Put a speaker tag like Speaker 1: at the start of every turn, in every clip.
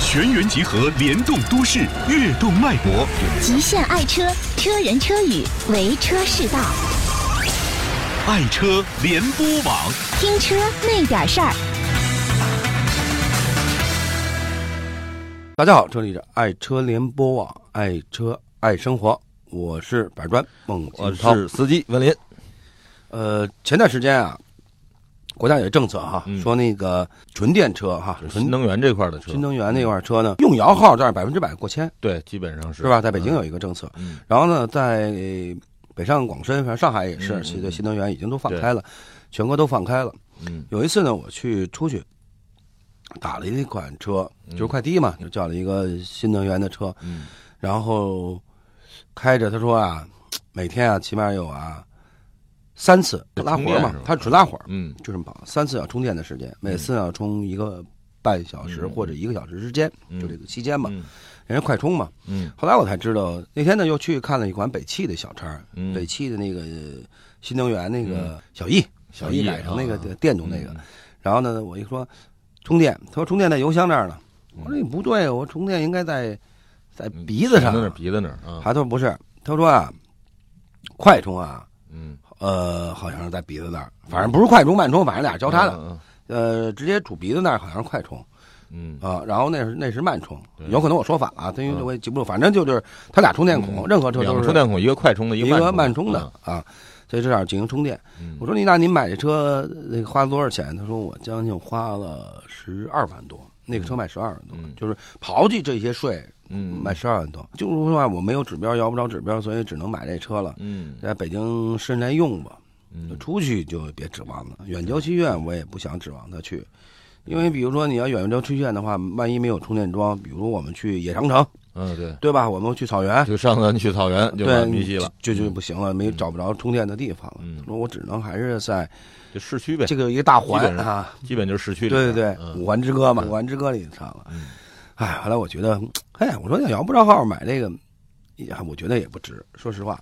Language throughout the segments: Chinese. Speaker 1: 全员集合，联动都市，跃动脉搏。
Speaker 2: 极限爱车，车人车语，为车是道。
Speaker 1: 爱车联播网，
Speaker 2: 听车那点事儿。
Speaker 3: 大家好，这里是爱车联播网，爱车爱生活，我是板砖孟
Speaker 4: 我
Speaker 3: 金涛。
Speaker 4: 是司机文林，
Speaker 3: 呃，前段时间啊，国家有政策哈、
Speaker 4: 嗯
Speaker 3: 说那个纯电车哈、纯
Speaker 4: 新能源这块的车
Speaker 3: 新，能源那块车呢，用摇号这儿百分之百过千，
Speaker 4: 对，基本上是
Speaker 3: 是吧？在北京有一个政策，
Speaker 4: 嗯，
Speaker 3: 然后呢，在呃北上广深，反正上海也是，
Speaker 4: 嗯嗯
Speaker 3: 现在新能源已经都放
Speaker 4: 对
Speaker 3: 开了，全国都放开了。
Speaker 4: 嗯
Speaker 3: 有一次呢，我去出去打了一款车，就是快滴嘛，就叫了一个新能源的车，
Speaker 4: 嗯
Speaker 3: 然后开着，他说啊，每天啊起码有啊三次拉活
Speaker 4: 充电
Speaker 3: 嘛
Speaker 4: 是吧，
Speaker 3: 他只拉活，
Speaker 4: 嗯
Speaker 3: 就这么跑，三次要充电的时间，每次要充一个半小时
Speaker 4: 嗯
Speaker 3: 或者一个小时之间，
Speaker 4: 嗯
Speaker 3: 就这个期间嘛，
Speaker 4: 嗯
Speaker 3: 人家快充嘛。
Speaker 4: 嗯
Speaker 3: 后来我才知道，那天呢又去看了一款北汽的小车儿，
Speaker 4: 嗯
Speaker 3: 北汽的那个呃新能源那个小 E，、小 E
Speaker 4: 小 E，
Speaker 3: 改成那个
Speaker 4: 啊
Speaker 3: 电动那个。然后呢，我一说充电，他说充电在油箱那儿呢。
Speaker 4: 嗯
Speaker 3: 我说你不对，我充电应该在在鼻子上
Speaker 4: 那。儿鼻子那儿啊，
Speaker 3: 他说不是，他说啊，快充啊，
Speaker 4: 嗯，
Speaker 3: 呃，好像是在鼻子那儿，反正不是快充慢充，反正俩交叉的。
Speaker 4: 嗯，
Speaker 3: 呃，直接煮鼻子那儿好像是快充
Speaker 4: 嗯
Speaker 3: 啊、然后那是那是慢充，
Speaker 4: 对
Speaker 3: 有可能我说反了，啊因为
Speaker 4: 嗯
Speaker 3: 我也记不住，反正就是它俩充电孔，
Speaker 4: 嗯
Speaker 3: 任何
Speaker 4: 嗯，
Speaker 3: 车
Speaker 4: 两
Speaker 3: 啊都
Speaker 4: 个
Speaker 3: 是
Speaker 4: 充电孔，一个快充的，
Speaker 3: 一
Speaker 4: 个
Speaker 3: 个慢
Speaker 4: 慢
Speaker 3: 充的
Speaker 4: 啊，
Speaker 3: 啊，所以这样进行充电。
Speaker 4: 嗯
Speaker 3: 我说你那您买这车那个花了多少钱？他说我将近花了十二万多，那个车卖十二万多，
Speaker 4: 嗯
Speaker 3: 就是刨去这些税，
Speaker 4: 嗯
Speaker 3: 卖十二万多。就是说啊我没有指标，摇不着指标，所以只能买这车了，
Speaker 4: 嗯
Speaker 3: 在北京市内用吧。
Speaker 4: 嗯
Speaker 3: 出去就别指望了，远郊区院我也不想指望他去，因为比如说你要远郊区院的话，万一没有充电桩，比如我们去野长城，
Speaker 4: 嗯，对，
Speaker 3: 对吧？我们去草原，
Speaker 4: 就上次去草原就
Speaker 3: 对，
Speaker 4: 把迷西了，
Speaker 3: 就就就不行了，没找不着充电的地方了。
Speaker 4: 嗯
Speaker 3: 他说我只能还是在
Speaker 4: 就市区呗，
Speaker 3: 这个一个大
Speaker 4: 基
Speaker 3: 环
Speaker 4: 本上
Speaker 3: 啊，
Speaker 4: 基本就是市区
Speaker 3: 对
Speaker 4: 里边
Speaker 3: 对
Speaker 4: 儿，
Speaker 3: 对，
Speaker 4: 嗯
Speaker 3: 五环之歌嘛，
Speaker 4: 嗯
Speaker 3: 五环之歌里唱了
Speaker 4: 嗯。
Speaker 3: 哎，后来我觉得，哎，我说要摇不着号买这个，也我觉得也不值。说实话，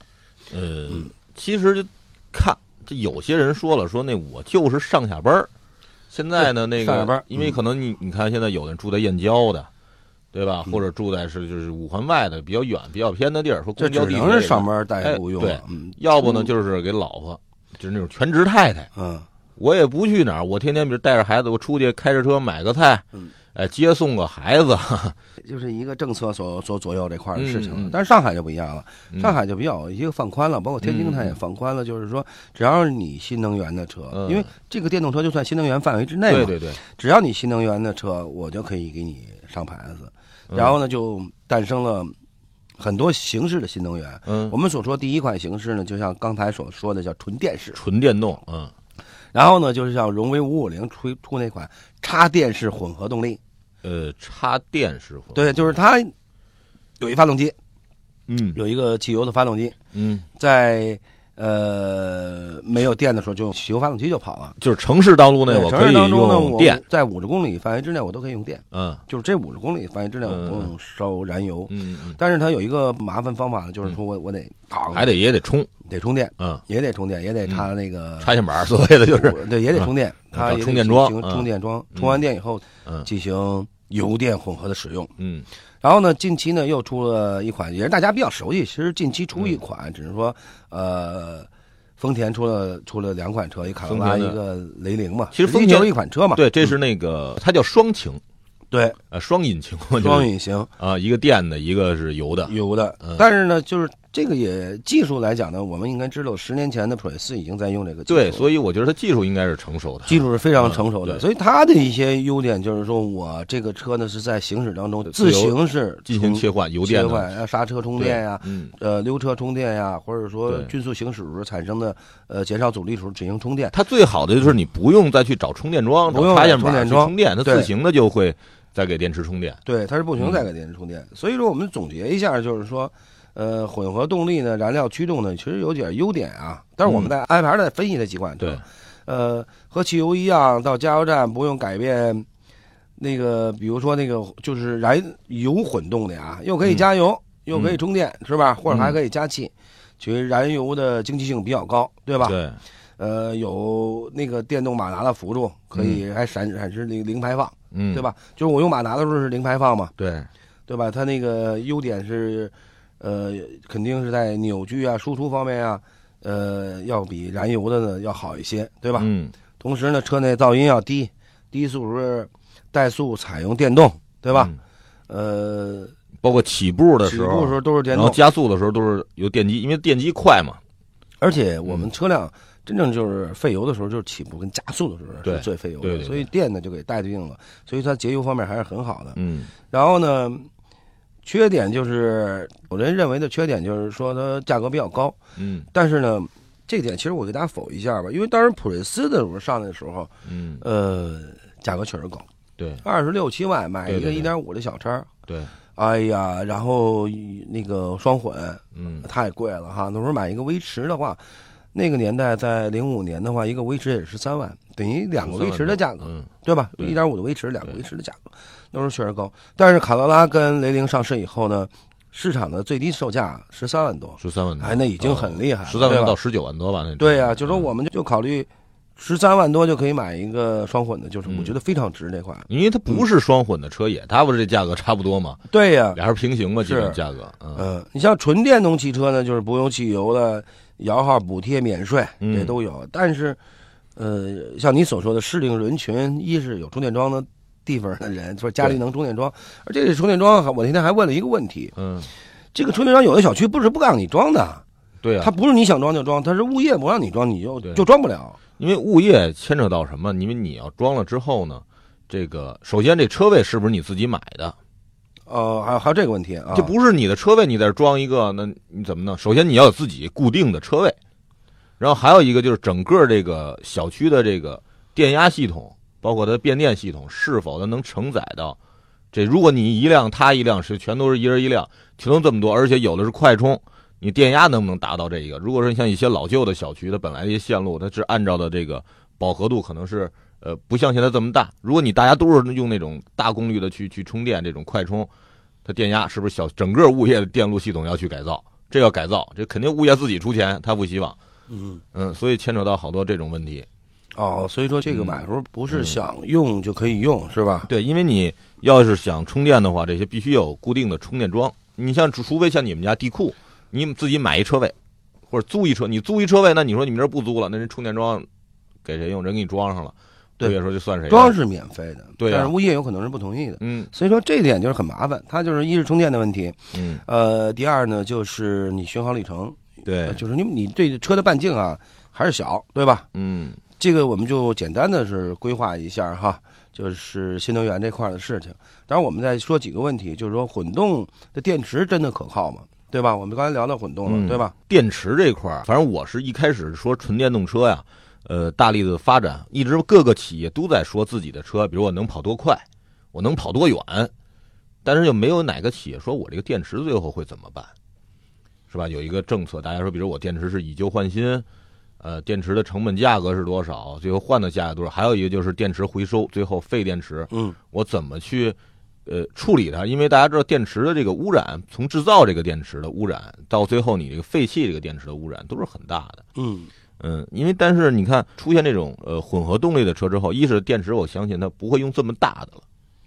Speaker 3: 嗯
Speaker 4: 呃，其实就看这有些人说了，说那我就是上下班儿。现在呢，那个
Speaker 3: 上下班儿嗯
Speaker 4: 因为可能你你看现在有的人住在燕郊的，对吧？
Speaker 3: 嗯
Speaker 4: 或者住在是就是五环外的比较远、比较偏的地儿，说
Speaker 3: 这
Speaker 4: 公
Speaker 3: 只
Speaker 4: 交地铁
Speaker 3: 能是上
Speaker 4: 也
Speaker 3: 班代步用
Speaker 4: 哎
Speaker 3: 了
Speaker 4: 对。
Speaker 3: 嗯
Speaker 4: 要不呢就是给老婆，就是那种全职太太。
Speaker 3: 嗯，
Speaker 4: 我也不去哪儿，我天天比如带着孩子，我出去开着车买个菜
Speaker 3: 嗯，
Speaker 4: 哎，接送个孩子。
Speaker 3: 就是一个政策所所左右这块儿的事情了。
Speaker 4: 嗯嗯
Speaker 3: 但是上海就不一样了，
Speaker 4: 嗯
Speaker 3: 上海就比较一个放宽了，包括天津它也放宽了，就是说只要是你新能源的车，
Speaker 4: 嗯
Speaker 3: 因为这个电动车就算新能源范围之内嘛，
Speaker 4: 对对对，
Speaker 3: 只要你新能源的车，我就可以给你上牌子。
Speaker 4: 嗯
Speaker 3: 然后呢，就诞生了很多形式的新能源。
Speaker 4: 嗯
Speaker 3: 我，们所说第一款形式呢，就像刚才所说的叫纯电式，
Speaker 4: 纯电动，嗯
Speaker 3: 然后呢，就是像荣威五五零出出那款插电式混合动力，
Speaker 4: 呃，插电式火，
Speaker 3: 对，就是它有一发动机，
Speaker 4: 嗯
Speaker 3: 有一个汽油的发动机，
Speaker 4: 嗯，
Speaker 3: 在呃没有电的时候就用汽油发动机就跑了。
Speaker 4: 就是城市道路内我
Speaker 3: 城
Speaker 4: 可
Speaker 3: 市
Speaker 4: 以
Speaker 3: 当中呢，我
Speaker 4: 用电，
Speaker 3: 在五十公里范围之内我都可以用电，
Speaker 4: 嗯
Speaker 3: 就是这五十公里范围之内我不用烧燃油。
Speaker 4: 嗯嗯，
Speaker 3: 但是它有一个麻烦方法呢，就是说我我得躺，
Speaker 4: 还得也得充，
Speaker 3: 得充电，
Speaker 4: 嗯，
Speaker 3: 也得充电，也得插那个
Speaker 4: 插线板儿所谓的就是，
Speaker 3: 嗯我对，也得充电，它
Speaker 4: 找
Speaker 3: 也得
Speaker 4: 充电桩
Speaker 3: 进行
Speaker 4: 嗯
Speaker 3: 充电桩，充完电以后
Speaker 4: 嗯
Speaker 3: 进行油电混合的使用。
Speaker 4: 嗯
Speaker 3: 然后呢，近期呢又出了一款，也是大家比较熟悉。其实近期出一
Speaker 4: 嗯
Speaker 3: 款，只是说呃，丰田出了出了两款车，一卡罗拉，
Speaker 4: 丰
Speaker 3: 一
Speaker 4: 田的
Speaker 3: 个雷凌嘛。
Speaker 4: 其实丰田
Speaker 3: 就是一款车嘛，嗯
Speaker 4: 对，这是那个它叫双擎，
Speaker 3: 对，
Speaker 4: 呃，双引擎，
Speaker 3: 双
Speaker 4: 引
Speaker 3: 引擎
Speaker 4: 啊，一个电的，一个是油的，
Speaker 3: 油的
Speaker 4: 嗯。
Speaker 3: 但是呢，就是这个也技术来讲呢，我们应该知道，十年前的普锐斯已经在用这个技术了。
Speaker 4: 对，所以我觉得它技术应该是成熟的，
Speaker 3: 技术是非常成熟的，
Speaker 4: 嗯对
Speaker 3: 所以它的一些优点就是说，我这个车呢是在行驶当中自
Speaker 4: 自由
Speaker 3: 行是
Speaker 4: 进行切换油电
Speaker 3: 切
Speaker 4: 的，
Speaker 3: 换，啊刹车充
Speaker 4: 对
Speaker 3: 电呀、
Speaker 4: 嗯，
Speaker 3: 呃溜车充电呀、或者说
Speaker 4: 对
Speaker 3: 均速行驶时产生的呃减少阻力时候进行充电。
Speaker 4: 它最好的就是你不用再去找充电桩，
Speaker 3: 不
Speaker 4: 找
Speaker 3: 用
Speaker 4: 插
Speaker 3: 找
Speaker 4: 线
Speaker 3: 充
Speaker 4: 板
Speaker 3: 电
Speaker 4: 去
Speaker 3: 桩
Speaker 4: 充电，它
Speaker 3: 对
Speaker 4: 自行的就会再给电池充电，
Speaker 3: 对，它是不
Speaker 4: 嗯
Speaker 3: 停在给电池充电。所以说，我们总结一下，就是说，呃，混合动力呢，燃料驱动呢，其实有点优点啊。但是我们在安排在分析这几款车，
Speaker 4: 嗯对，
Speaker 3: 呃，和汽油一样，到加油站不用改变那个，比如说那个就是燃油混动的啊，又可以加油，又可以充电，是吧？或者还可以加气。其实燃油的经济性比较高，对吧？
Speaker 4: 对，
Speaker 3: 呃，有那个电动马达的辅助，可以还闪闪示零零排放，
Speaker 4: 嗯，
Speaker 3: 对？吧？就是我用马达的时候是零排放嘛，
Speaker 4: 对，
Speaker 3: 对吧？它那个优点是，呃，肯定是在扭矩啊、输出方面啊，呃，要比燃油的呢要好一些，对吧？
Speaker 4: 嗯，
Speaker 3: 同时呢，车内噪音要低，低速是怠速采用电动，对吧？
Speaker 4: 嗯？
Speaker 3: 呃，
Speaker 4: 包括起步嗯的
Speaker 3: 起
Speaker 4: 时
Speaker 3: 步
Speaker 4: 候，
Speaker 3: 时候都是电
Speaker 4: 然后
Speaker 3: 动，
Speaker 4: 加速的时候都是有电机，因为电机快嘛。
Speaker 3: 而且我
Speaker 4: 嗯
Speaker 3: 们车辆真正就是费油的时候，就是起步跟加速的时候
Speaker 4: 对
Speaker 3: 是最费油的，
Speaker 4: 对对对
Speaker 3: 所以电呢就给带定了，所以它节油方面还是很好的。
Speaker 4: 嗯
Speaker 3: 然后呢，缺点就是有人认为的缺点就是说它价格比较高，
Speaker 4: 嗯
Speaker 3: 但是呢，这点其实我给大家否一下吧，因为当时普锐斯的时候上来的时候，
Speaker 4: 嗯，
Speaker 3: 呃，价格确实高，
Speaker 4: 对
Speaker 3: 二十六七万买一个
Speaker 4: 对
Speaker 3: 一
Speaker 4: 对对
Speaker 3: 点五的小叉儿，
Speaker 4: 对，
Speaker 3: 哎呀，然后那个双混
Speaker 4: 嗯
Speaker 3: 太贵了哈，那时候买一个威驰的话。那个年代，在零五年的话，一个威驰也是三万，等于两个威驰的价格，
Speaker 4: 嗯
Speaker 3: 对吧？
Speaker 4: 对
Speaker 3: 一点五的威驰，两个
Speaker 4: 对
Speaker 3: 威驰的价格，那时候确实高。但是卡罗拉跟雷凌上市以后呢，市场的最低售价十三万多，
Speaker 4: 十三万多，
Speaker 3: 哎，那已经很厉害了，
Speaker 4: 嗯哦十三万
Speaker 3: 对
Speaker 4: 多
Speaker 3: 吧
Speaker 4: 到十九万多吧，那种
Speaker 3: 对呀、就说我们就考虑十三万多就可以买一个双混的，就是我
Speaker 4: 嗯
Speaker 3: 觉得非常值这款。
Speaker 4: 因为它不是双混的车也，它不是这价格差不多嘛，
Speaker 3: 对呀、
Speaker 4: 俩人平行嘛，
Speaker 3: 嗯是
Speaker 4: 基本价格。嗯
Speaker 3: 嗯，你像纯电动汽车呢，就是不用汽油的，摇号补贴免税，
Speaker 4: 嗯
Speaker 3: 这都有。但是，呃，像你所说的适应人群，一是有充电桩的地方的人，说家里
Speaker 4: 对
Speaker 3: 能充电桩，而这个充电桩，我那天还问了一个问题，
Speaker 4: 嗯，
Speaker 3: 这个充电桩有的小区不是不让你装的，
Speaker 4: 对
Speaker 3: 它
Speaker 4: 啊，
Speaker 3: 不是你想装就装，它是物业不让你装，你就
Speaker 4: 对
Speaker 3: 就装不了。
Speaker 4: 因为物业牵扯到什么？因为你要装了之后呢，这个首先这车位是不是你自己买的？
Speaker 3: 呃，还有还有这个问题啊，
Speaker 4: 这不是你的车位，你在这装一个，那你怎么弄？首先你要有自己固定的车位，然后还有一个就是整个这个小区的这个电压系统，包括它的变电系统，是否它能承载到？这如果你一辆他一辆是全都是一人一辆，全都这么多，而且有的是快充，你电压能不能达到这个？如果说像一些老旧的小区，它本来一些线路，它是按照的这个饱和度可能是呃不像现在这么大。如果你大家都是用那种大功率的去去充电，这种快充，它电压是不是小？整个物业的电路系统要去改造，这要改造，这肯定物业自己出钱，他不希望。
Speaker 3: 嗯，
Speaker 4: 嗯，所以牵扯到好多这种问题。
Speaker 3: 哦，所以说这个
Speaker 4: 嗯
Speaker 3: 买的时候不是想用就可以用，是吧？
Speaker 4: 对，因为你要是想充电的话，这些必须有固定的充电桩。你像，除除非像你们家地库，你自己买一车位，或者租一车，你租一车位，那你说你们这儿不租了，那人充电桩给谁用？人给你装上了，
Speaker 3: 对
Speaker 4: 物业说就算谁的
Speaker 3: 装是免费的，
Speaker 4: 对啊
Speaker 3: 但是物业有可能是不同意的。
Speaker 4: 嗯
Speaker 3: 所以说这一点就是很麻烦，它就是一是充电的问题，
Speaker 4: 嗯，
Speaker 3: 呃，第二呢就是你巡航里程，
Speaker 4: 对，
Speaker 3: 就是你你对车的半径啊还是小，对吧？
Speaker 4: 嗯
Speaker 3: 这个我们就简单的是规划一下哈，就是新能源这块儿的事情。当然，我们再说几个问题，就是说混动的电池真的可靠吗？对吧？我们刚才聊到混动了，
Speaker 4: 嗯
Speaker 3: 对吧？
Speaker 4: 电池这块儿，反正我是一开始说纯电动车呀，呃，大力的发展，一直各个企业都在说自己的车，比如我能跑多快，我能跑多远，但是又没有哪个企业说我这个电池最后会怎么办，是吧？有一个政策，大家说，比如我电池是以旧换新，呃，电池的成本价格是多少，最后换的价格多少，还有一个就是电池回收，最后废电池，
Speaker 3: 嗯，
Speaker 4: 我怎么去呃处理它？因为大家知道电池的这个污染，从制造这个电池的污染到最后你这个废弃这个电池的污染都是很大的。
Speaker 3: 嗯，
Speaker 4: 嗯，因为但是你看出现这种呃混合动力的车之后，一是电池我相信它不会用这么大的了，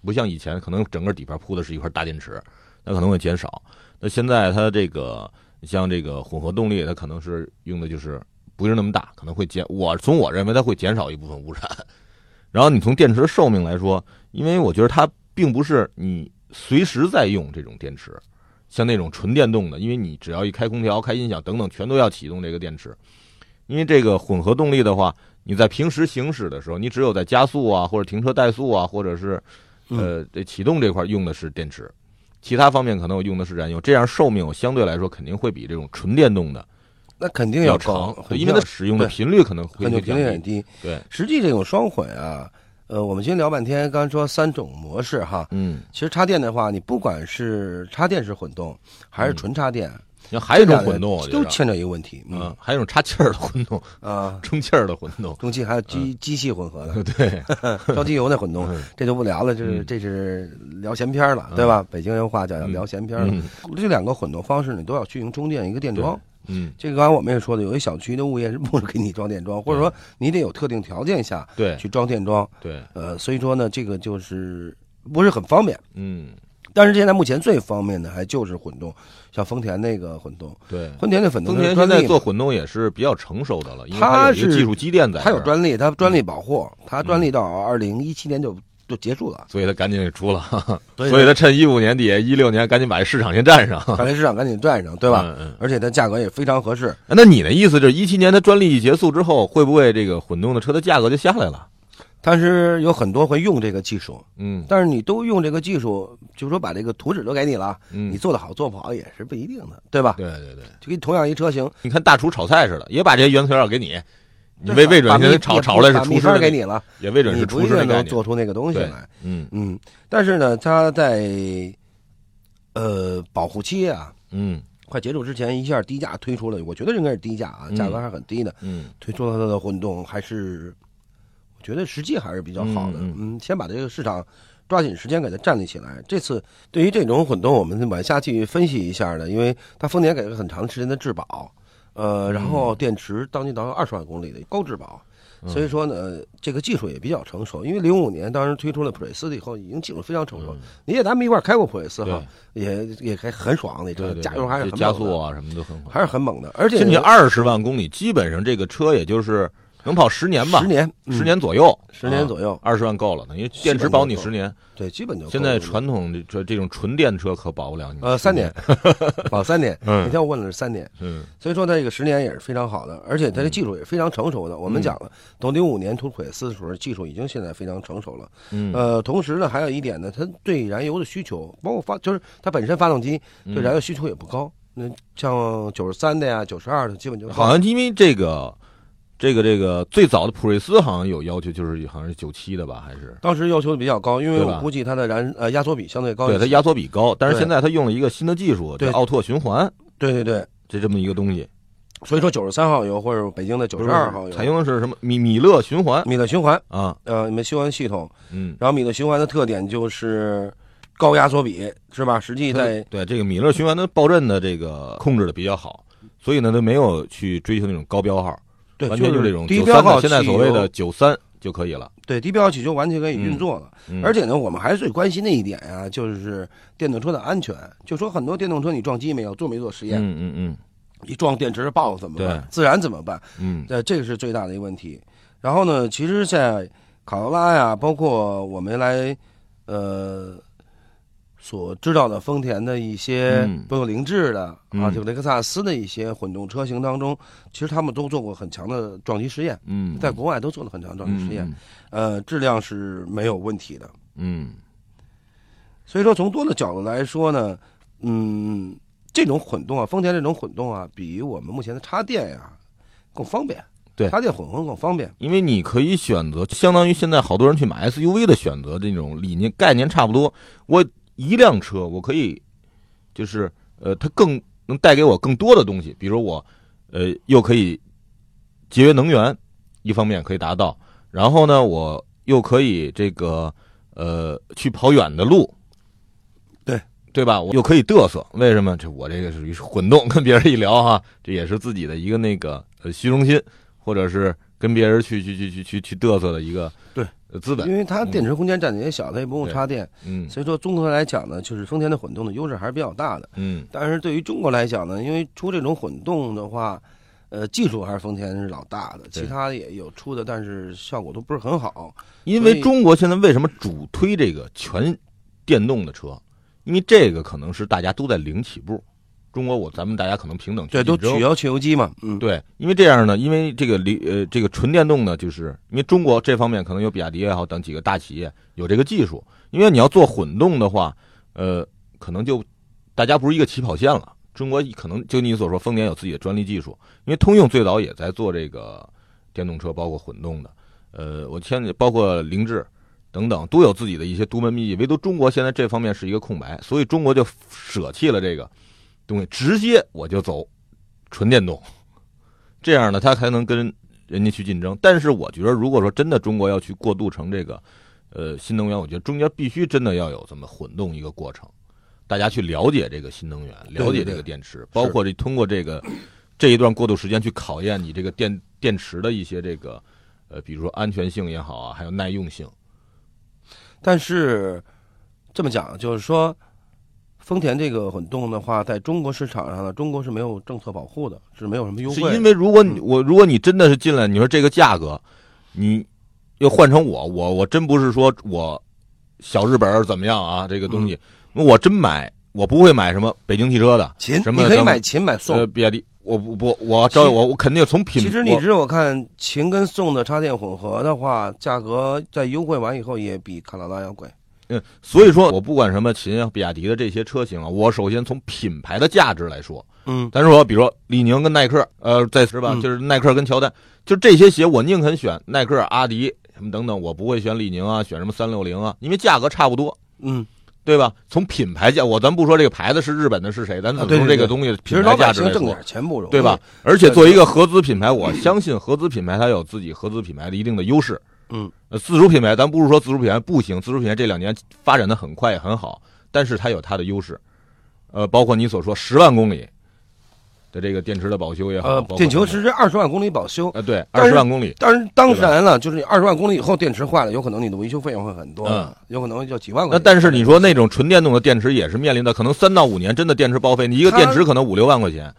Speaker 4: 不像以前可能整个底盘铺的是一块大电池，那可能会减少。那现在它这个像这个混合动力，它可能是用的就是不是那么大，可能会减。我从我认为它会减少一部分污染。 然后你从电池寿命来说，因为我觉得它并不是你随时在用这种电池，像那种纯电动的，因为你只要一开空调、开音响等等，全都要启动这个电池。因为这个混合动力的话，你在平时行驶的时候，你只有在加速啊，或者停车怠速啊，或者是
Speaker 3: 嗯
Speaker 4: 呃这启动这块用的是电池，其他方面可能我用的是燃油，这样寿命我相对来说肯定会比这种纯电动的
Speaker 3: 那肯定
Speaker 4: 要
Speaker 3: 高
Speaker 4: 长，，对因为它使用的频率可能会
Speaker 3: 很久
Speaker 4: 会
Speaker 3: 频
Speaker 4: 降
Speaker 3: 率很
Speaker 4: 低。
Speaker 3: 低。
Speaker 4: 对，
Speaker 3: 实际这种双混啊，呃，我们今天聊半天，刚才说三种模式哈。
Speaker 4: 嗯，
Speaker 3: 其实插电的话，你不管是插电式混动还是纯插电，
Speaker 4: 你看还有一
Speaker 3: 这
Speaker 4: 嗯哎
Speaker 3: 两
Speaker 4: 种
Speaker 3: 个
Speaker 4: 混动，我觉嗯
Speaker 3: 都
Speaker 4: 得，
Speaker 3: 牵扯一个问题，
Speaker 4: 嗯，还有一种插气儿的混动，
Speaker 3: 啊，
Speaker 4: 充气儿的混动，
Speaker 3: 中期还有机机器混合的，
Speaker 4: 嗯 对，
Speaker 3: 烧机油那混动，这就不聊了，这是
Speaker 4: 嗯
Speaker 3: 这是聊闲篇儿了，对吧？北京人话叫聊闲篇儿了
Speaker 4: 嗯。
Speaker 3: 这两个混动方式，你都要去用中间一个电桩，
Speaker 4: 嗯，
Speaker 3: 这个刚才我们也说的，有些小区的物业是不 给你装电桩，或者说你得有特定条件下
Speaker 4: 嗯对
Speaker 3: 去装电桩。
Speaker 4: 对，
Speaker 3: 呃，所以说呢，这个就是不是很方便。
Speaker 4: 嗯
Speaker 3: 但是现在目前最方便的还就是混动，像丰田那个混动，
Speaker 4: 对。
Speaker 3: 丰田那混动
Speaker 4: 丰
Speaker 3: 它是
Speaker 4: 田
Speaker 3: 专
Speaker 4: 现
Speaker 3: 利
Speaker 4: 在
Speaker 3: 嘛
Speaker 4: 做混动也是比较成熟的了，因为
Speaker 3: 它
Speaker 4: 有一个
Speaker 3: 是
Speaker 4: 技术积淀在，
Speaker 3: 它有，专利，它专利保护，它专利到二零一七年就就结束了。
Speaker 4: 所以他赶紧给出了，
Speaker 3: 所以
Speaker 4: 所以他趁一五年底、一六年赶紧把这市场先占上，
Speaker 3: 把这市场赶紧占上，对吧？
Speaker 4: 嗯嗯
Speaker 3: 而且它价格也非常合适。
Speaker 4: 那你的意思就是，一七年它专利一结束之后，会不会这个混动的车的价格就下来了？
Speaker 3: 但是有很多会用这个技术，
Speaker 4: 嗯
Speaker 3: 但是你都用这个技术，就说把这个图纸都给你了，
Speaker 4: 嗯
Speaker 3: 你做得好做不好也是不一定的，对吧？
Speaker 4: 对对对，
Speaker 3: 就跟同样一车型，
Speaker 4: 你看大厨炒菜似的，也把这些原材料给你，你为为准
Speaker 3: 把
Speaker 4: 现
Speaker 3: 米
Speaker 4: 在炒炒出来是
Speaker 3: 把
Speaker 4: 厨
Speaker 3: 米
Speaker 4: 师的
Speaker 3: 饭给，你了，
Speaker 4: 也为准
Speaker 3: 你
Speaker 4: 是
Speaker 3: 不
Speaker 4: 厨
Speaker 3: 一
Speaker 4: 师的
Speaker 3: 定
Speaker 4: 概
Speaker 3: 能
Speaker 4: 念。
Speaker 3: 做出那个东西
Speaker 4: 对
Speaker 3: 来。，
Speaker 4: 嗯
Speaker 3: 嗯，但是呢，它在呃保护期啊
Speaker 4: 嗯
Speaker 3: 快结束之前，一下低价推出了，我觉得应该是低价啊，
Speaker 4: 嗯
Speaker 3: 价格还是很低的。
Speaker 4: 嗯
Speaker 3: 推出了它的混动，还是我觉得时机还是比较好的。
Speaker 4: 嗯
Speaker 3: 嗯，先把这个市场抓紧时间给它站立起来。这次对于这种混动，我们往下去分析一下呢，因为它丰田给了很长时间的质保，呃，然
Speaker 4: 嗯
Speaker 3: 后电池当地达到二十万公里的高质保。所以说呢，这个技术也比较成熟，因为零五年当时推出了普锐斯以后，已经技术非常成熟。
Speaker 4: 嗯
Speaker 3: 你也咱们一块儿开过普锐斯哈，也也还很爽，那
Speaker 4: 对
Speaker 3: 车
Speaker 4: 对对，
Speaker 3: 呃加油还是
Speaker 4: 这
Speaker 3: 很
Speaker 4: 加
Speaker 3: 猛的
Speaker 4: 速，啊什么都很好。
Speaker 3: 还是很猛的，而且
Speaker 4: 甚至二十万公里，基本上这个车也就是能跑十年吧，
Speaker 3: 十年嗯
Speaker 4: 十年左右，啊
Speaker 3: 十年左右
Speaker 4: 二十万够了，等于
Speaker 3: 基
Speaker 4: 电
Speaker 3: 本
Speaker 4: 池保你
Speaker 3: 就够
Speaker 4: 十年。
Speaker 3: 对，基本就
Speaker 4: 现
Speaker 3: 够
Speaker 4: 在
Speaker 3: 了
Speaker 4: 传统的这这种纯电车可保不了你。
Speaker 3: 呃，三年，， 保三年。
Speaker 4: 嗯
Speaker 3: 那天我问了是三年，
Speaker 4: 嗯
Speaker 3: 所以说它这个十年也是非常好的，而且它的技术也非常成熟
Speaker 4: 嗯
Speaker 3: 的。我们讲了，从零五年突普锐斯的时候，技术已经现在非常成熟了。
Speaker 4: 嗯，
Speaker 3: 呃，同时呢，还有一点呢，它对燃油的需求，包括发，就是它本身发动机
Speaker 4: 嗯
Speaker 3: 对燃油需求也不高。那像九十三的呀、九十二的，基本就
Speaker 4: 好像因为这个，这个这个最早的普锐斯好像有要求，就是好像是九七的吧，还是
Speaker 3: 当时要求比较高，因为
Speaker 4: 对吧
Speaker 3: 我估计它的燃呃压缩比相对高一
Speaker 4: 对
Speaker 3: 些。
Speaker 4: 它压缩比高，但是
Speaker 3: 对
Speaker 4: 现在它用了一个新的技术，
Speaker 3: 对
Speaker 4: 叫奥拓循环，
Speaker 3: 对对对，
Speaker 4: 这这么一个东西，
Speaker 3: 所以说九十三号油或者北京的九
Speaker 4: 不
Speaker 3: 十
Speaker 4: 是
Speaker 3: 二号油，
Speaker 4: 采用的是什么米米勒循环
Speaker 3: 米勒循环，
Speaker 4: 啊，
Speaker 3: 呃，你们循环系统。
Speaker 4: 嗯，
Speaker 3: 然后米勒循环的特点就是高压缩比，是吧？实际在
Speaker 4: 对这个米勒循环的爆震的这个控制的比较好，所以呢，它没有去追求那种高标号，
Speaker 3: 对，
Speaker 4: 完全
Speaker 3: 就
Speaker 4: 这种
Speaker 3: 低
Speaker 4: 九
Speaker 3: 标
Speaker 4: 三
Speaker 3: 号
Speaker 4: 的，
Speaker 3: 汽
Speaker 4: 现
Speaker 3: 油，
Speaker 4: 在所谓的九三就可以了，
Speaker 3: 对低标号汽油完全可以运作了。
Speaker 4: 嗯
Speaker 3: 而且呢，我们还是最关心的一点啊，就是电动车的安全。就说很多电动车你撞击没有，做没做实验？
Speaker 4: 嗯嗯嗯
Speaker 3: 一撞电池爆了怎么办
Speaker 4: 对？
Speaker 3: 自燃怎么办？
Speaker 4: 嗯，
Speaker 3: 呃，这个是最大的一个问题。然后呢，其实，在卡罗拉呀，包括我们来，呃，所知道的丰田的一些，
Speaker 4: 嗯
Speaker 3: 包括凌志的、啊，
Speaker 4: 嗯
Speaker 3: 这个雷克萨斯的一些混动车型当中，其实他们都做过很强的撞击实验，
Speaker 4: 嗯，
Speaker 3: 在国外都做了很强的撞击实验，
Speaker 4: 嗯
Speaker 3: 呃，质量是没有问题的。
Speaker 4: 嗯
Speaker 3: 所以说，从多的角度来说呢，嗯，这种混动啊，丰田这种混动啊，比我们目前的插电呀、更方便。
Speaker 4: 对
Speaker 3: 插电混合更方便。
Speaker 4: 因为你可以选择，相当于现在好多人去买 SUV 的选择，这种理念概念差不多。我一辆车，我可以就是呃，它更能带给我更多的东西，比如我呃又可以节约能源，一方面可以达到，然后呢，我又可以这个呃去跑远的路。
Speaker 3: 对
Speaker 4: 对吧？我又可以嘚瑟，为什么？这我这个属于是混动，跟别人一聊哈，这也是自己的一个那个呃虚荣心。或者是跟别人去去去去去去嘚瑟的一个
Speaker 3: 对
Speaker 4: 呃资
Speaker 3: 因
Speaker 4: 本。
Speaker 3: 为它电池空间占的也小，它也不用插电，
Speaker 4: 嗯
Speaker 3: 所以说综合来讲呢，就是丰田的混动的优势还是比较大的。
Speaker 4: 嗯
Speaker 3: 但是对于中国来讲呢，因为出这种混动的话，呃，技术还是丰田是老大的，其他也有出的，但是效果都不是很好。
Speaker 4: 因
Speaker 3: 所
Speaker 4: 为
Speaker 3: 以
Speaker 4: 中国现在为什么主推这个全电动的车？因为这个可能是大家都在零起步。中国我咱们大家可能平等去
Speaker 3: 对，都
Speaker 4: 竞争
Speaker 3: 取消汽油机嘛，嗯，
Speaker 4: 对，因为这样呢，因为这个离呃这个纯电动呢，就是因为中国这方面可能有比亚迪也好等几个大企业有这个技术，因为你要做混动的话，呃，可能就大家不是一个起跑线了。中国可能就你所说，丰田有自己的专利技术，因为通用最早也在做这个电动车，包括混动的，呃，我现在包括凌志等等都有自己的一些独门秘籍，唯独中国现在这方面是一个空白，所以中国就舍弃了这个东西，直接我就走纯电动。这样呢，它才能跟人家去竞争。但是我觉得，如果说真的中国要去过渡成这个，呃，新能源，我觉得中间必须真的要有这么混动一个过程，大家去了解这个新能源，
Speaker 3: 对
Speaker 4: 了解这个电池，包括这通过这个这一段过渡时间去考验你这个电电池的一些这个呃，比如说安全性也好啊，还有耐用性。
Speaker 3: 但是这么讲，就是说，丰田这个混动的话，在中国市场上呢，中国是没有政策保护的，是没有什么优
Speaker 4: 是
Speaker 3: 惠的。嗯
Speaker 4: 因为如果你我如果你真的是进来，你说这个价格，你要换成我，我我真不是说我小日本儿怎么样啊，这个
Speaker 3: 嗯
Speaker 4: 东西，我真买，我不会买什么北京汽车的，
Speaker 3: 秦，
Speaker 4: 什么
Speaker 3: 你可以
Speaker 4: 咱们
Speaker 3: 买秦买宋。
Speaker 4: 呃，比亚迪，我不不，我找
Speaker 3: 其
Speaker 4: 我我肯定从品，
Speaker 3: 其实你
Speaker 4: 我
Speaker 3: 知道，我看秦跟宋的插电混合的话，价格在优惠完以后也比卡罗拉要贵。
Speaker 4: 嗯，所以说我不管什么秦啊、比亚迪的这些车型啊，我首先从品牌的价值来说，
Speaker 3: 嗯，
Speaker 4: 咱说比如说李宁跟耐克，呃，在是吧，
Speaker 3: 嗯
Speaker 4: 就是耐克跟乔丹，就这些鞋我宁肯选耐克、阿迪什么等等，我不会选李宁啊，选什么三六零啊，因为价格差不多。
Speaker 3: 嗯，
Speaker 4: 对吧？从品牌价，我咱不说这个牌子是日本的是谁，咱
Speaker 3: 啊
Speaker 4: 只
Speaker 3: 对
Speaker 4: 从
Speaker 3: 对
Speaker 4: 这个
Speaker 3: 对
Speaker 4: 东西
Speaker 3: 其
Speaker 4: 品
Speaker 3: 实
Speaker 4: 牌
Speaker 3: 老
Speaker 4: 价
Speaker 3: 百
Speaker 4: 值
Speaker 3: 姓
Speaker 4: 来
Speaker 3: 挣
Speaker 4: 说
Speaker 3: 点，钱不容易，
Speaker 4: 对吧？？而且作为一个合资品牌，我相信合资品牌它有自己合资品牌的一定的优势。
Speaker 3: 嗯
Speaker 4: 呃，自主品牌，咱不是说自主品牌不行，自主品牌这两年发展的很快也很好，但是它有它的优势。呃，包括你所说十万公里的这个电池的保修也好，
Speaker 3: 呃
Speaker 4: 啊包，括
Speaker 3: 电球
Speaker 4: 等等
Speaker 3: 是这二十万公里保修，
Speaker 4: 呃对
Speaker 3: 但
Speaker 4: 二
Speaker 3: 是
Speaker 4: 十万公里，
Speaker 3: 当然当然了，就是你二十万公里以后电池坏了，有可能你的维修费用会很多，
Speaker 4: 嗯
Speaker 3: 有可能就几万块钱。
Speaker 4: 那但是你说那种纯电动的电池也是面临的可能三到五年真的电池报废，你一个
Speaker 3: 它
Speaker 4: 电池可能五六万块钱，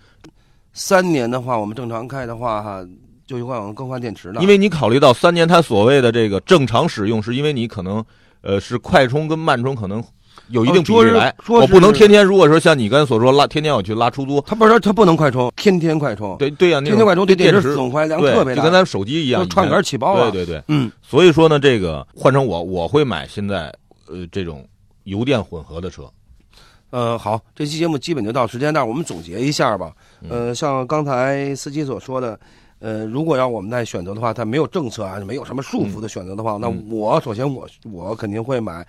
Speaker 3: 三年的话，我们正常开的话，哈，就有可能更换电池的。
Speaker 4: 因为你考虑到三年它所谓的这个正常使用，是因为你可能呃是快充跟慢充可能有一定比
Speaker 3: 呃说
Speaker 4: 例
Speaker 3: 是
Speaker 4: 来，
Speaker 3: 说
Speaker 4: 我
Speaker 3: 是
Speaker 4: 不能天天如果说像你刚才所说拉天天我去拉出租，
Speaker 3: 它不是它不能快充，天天快充，
Speaker 4: 对对呀、那
Speaker 3: 天
Speaker 4: 种
Speaker 3: 天快充对电
Speaker 4: 电
Speaker 3: 池
Speaker 4: 池
Speaker 3: 损坏量
Speaker 4: 对
Speaker 3: 特别
Speaker 4: 就
Speaker 3: 大，
Speaker 4: 跟咱们手机一样，
Speaker 3: 就串
Speaker 4: 以前
Speaker 3: 杆起包了。
Speaker 4: 对对对，
Speaker 3: 嗯，
Speaker 4: 所以说呢，这个换成我我会买现在呃这种油电混合的车，
Speaker 3: 呃，好，这期节目基本就到时间那儿，我们总结一下吧。
Speaker 4: 嗯
Speaker 3: 呃，像刚才司机所说的，呃，如果要我们再选择的话，它没有政策啊，没有什么束缚的选择的话，那
Speaker 4: 嗯
Speaker 3: 我首先我我肯定会买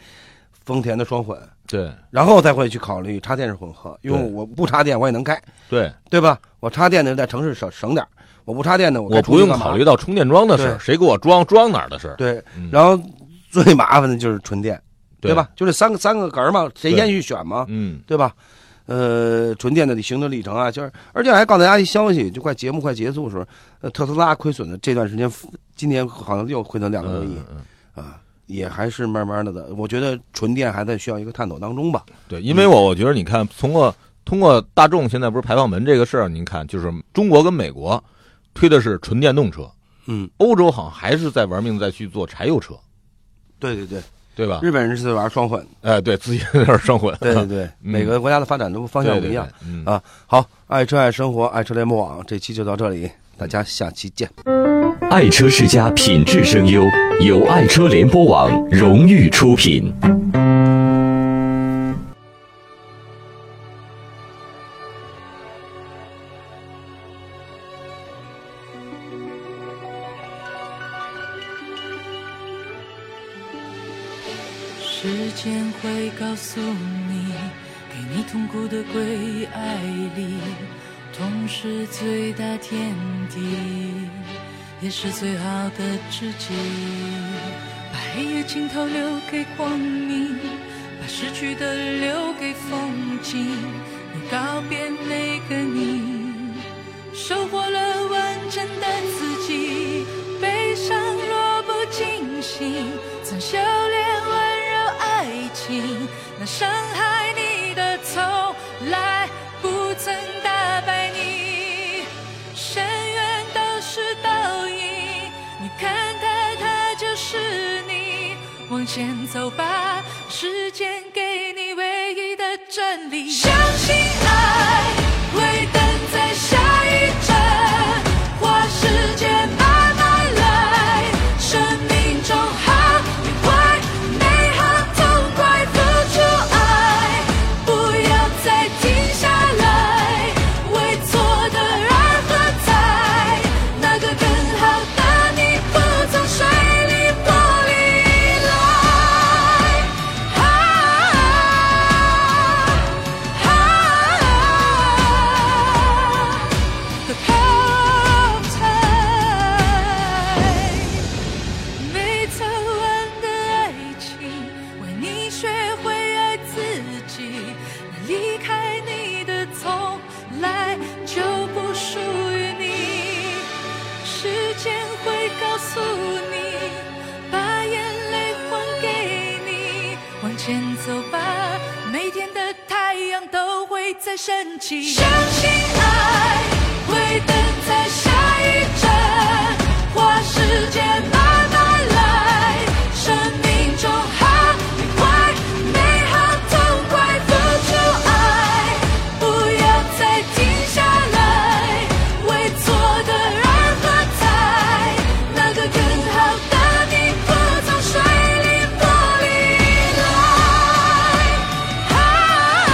Speaker 3: 丰田的双混，
Speaker 4: 对
Speaker 3: 然后再会去考虑插电式混合，因为
Speaker 4: 对
Speaker 3: 我不插电我也能开，
Speaker 4: 对，
Speaker 3: 对吧？我插电的在城市省省点儿，我不插电的我
Speaker 4: 我
Speaker 3: 该出去
Speaker 4: 不用
Speaker 3: 干嘛
Speaker 4: 考虑到充电桩的事儿，
Speaker 3: 对
Speaker 4: 谁给我装装哪儿的事儿，
Speaker 3: 对
Speaker 4: 嗯，
Speaker 3: 然后最麻烦的就是纯电，
Speaker 4: 对？
Speaker 3: 吧？就这三个三个格儿嘛，谁
Speaker 4: 对
Speaker 3: 先去选嘛？
Speaker 4: 嗯，
Speaker 3: 对吧？呃，纯电的行车里程啊，就是而且还告诉大家一消息，就快节目快结束的时候，呃，特斯拉亏损的这段时间，今年好像又亏损两个多亿、
Speaker 4: 嗯嗯
Speaker 3: 啊，也还是慢慢的的，我觉得纯电还在需要一个探讨当中吧。
Speaker 4: 对，因为我我觉得你看，通过通过大众现在不是排放门这个事儿，您看就是中国跟美国推的是纯电动车，
Speaker 3: 嗯，
Speaker 4: 欧洲好像还是在玩命再去做柴油车，
Speaker 3: 对对对，
Speaker 4: 对吧？
Speaker 3: 日本人是玩双 混，
Speaker 4: 哎，对自己在那儿双混，
Speaker 3: 对对对，每个国家的发展都方向
Speaker 4: 对
Speaker 3: 不
Speaker 4: 对
Speaker 3: 一样
Speaker 4: 嗯对嗯。
Speaker 3: 啊。好，爱车爱生活，爱车联播网这期就到这里，大家下期见。
Speaker 5: 爱车世家品质声优，由爱车联播网荣誉出品。
Speaker 6: 时间会告诉你，给你痛苦的归爱里，痛是最大天敌，也是最好的知己。把黑夜尽头留给光明，把失去的留给风景，你告别那个你。收获了完整的自己。悲伤若不惊醒，曾修炼温柔爱情，那伤害你的从来不曾打败你。深渊都是倒影，你看它，它就是你。往前走吧，时间给你唯一的真理。相信爱会等在下一站，花时间慢慢来。生命中好与坏，美好痛快付出爱，不要再停下来，为错的而喝彩。那个更好的你，不从水里玻璃来。啊啊啊不会再升起。相信爱会等在下一站，花时间慢慢来，生命中好与坏，美好痛快付出爱，不要再停下来，为错的而喝彩，那个更好的你不从水里玻璃来。啊啊啊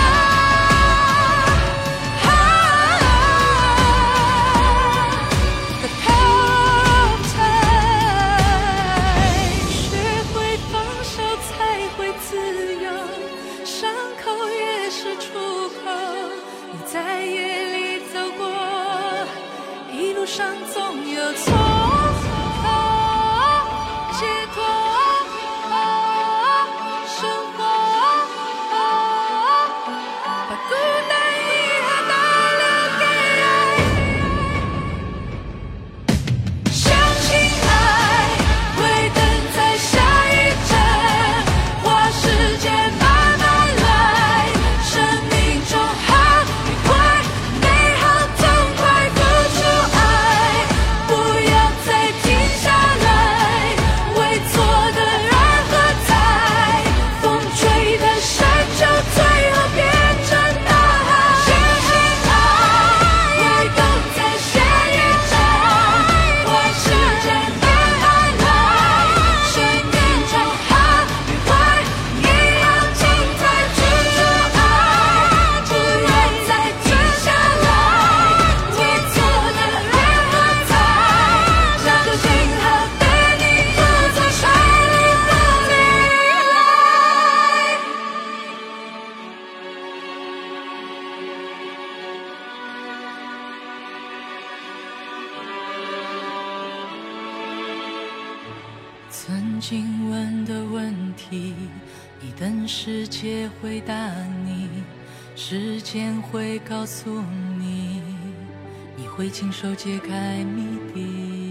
Speaker 6: The power of time，学会放手才会自由，伤口也是出口。你在夜里走过，一路上总有错。解脱，生活，把孤单遗憾都留给爱。相信爱会等在下一站，花时间慢慢来。生命中好与坏，美好痛快付出爱，不要再停下来，为错的而喝彩。风吹的山丘，最后变成大海。相信爱会等在下一站。花时间慢慢来，生命中好与坏，也要尽快去做爱，不要再停下来，为错的而喝彩，那个最好的你不从水里玻璃来。曾经问的问题，你等世界回答你，时间会告诉你，你会亲手揭开谜底。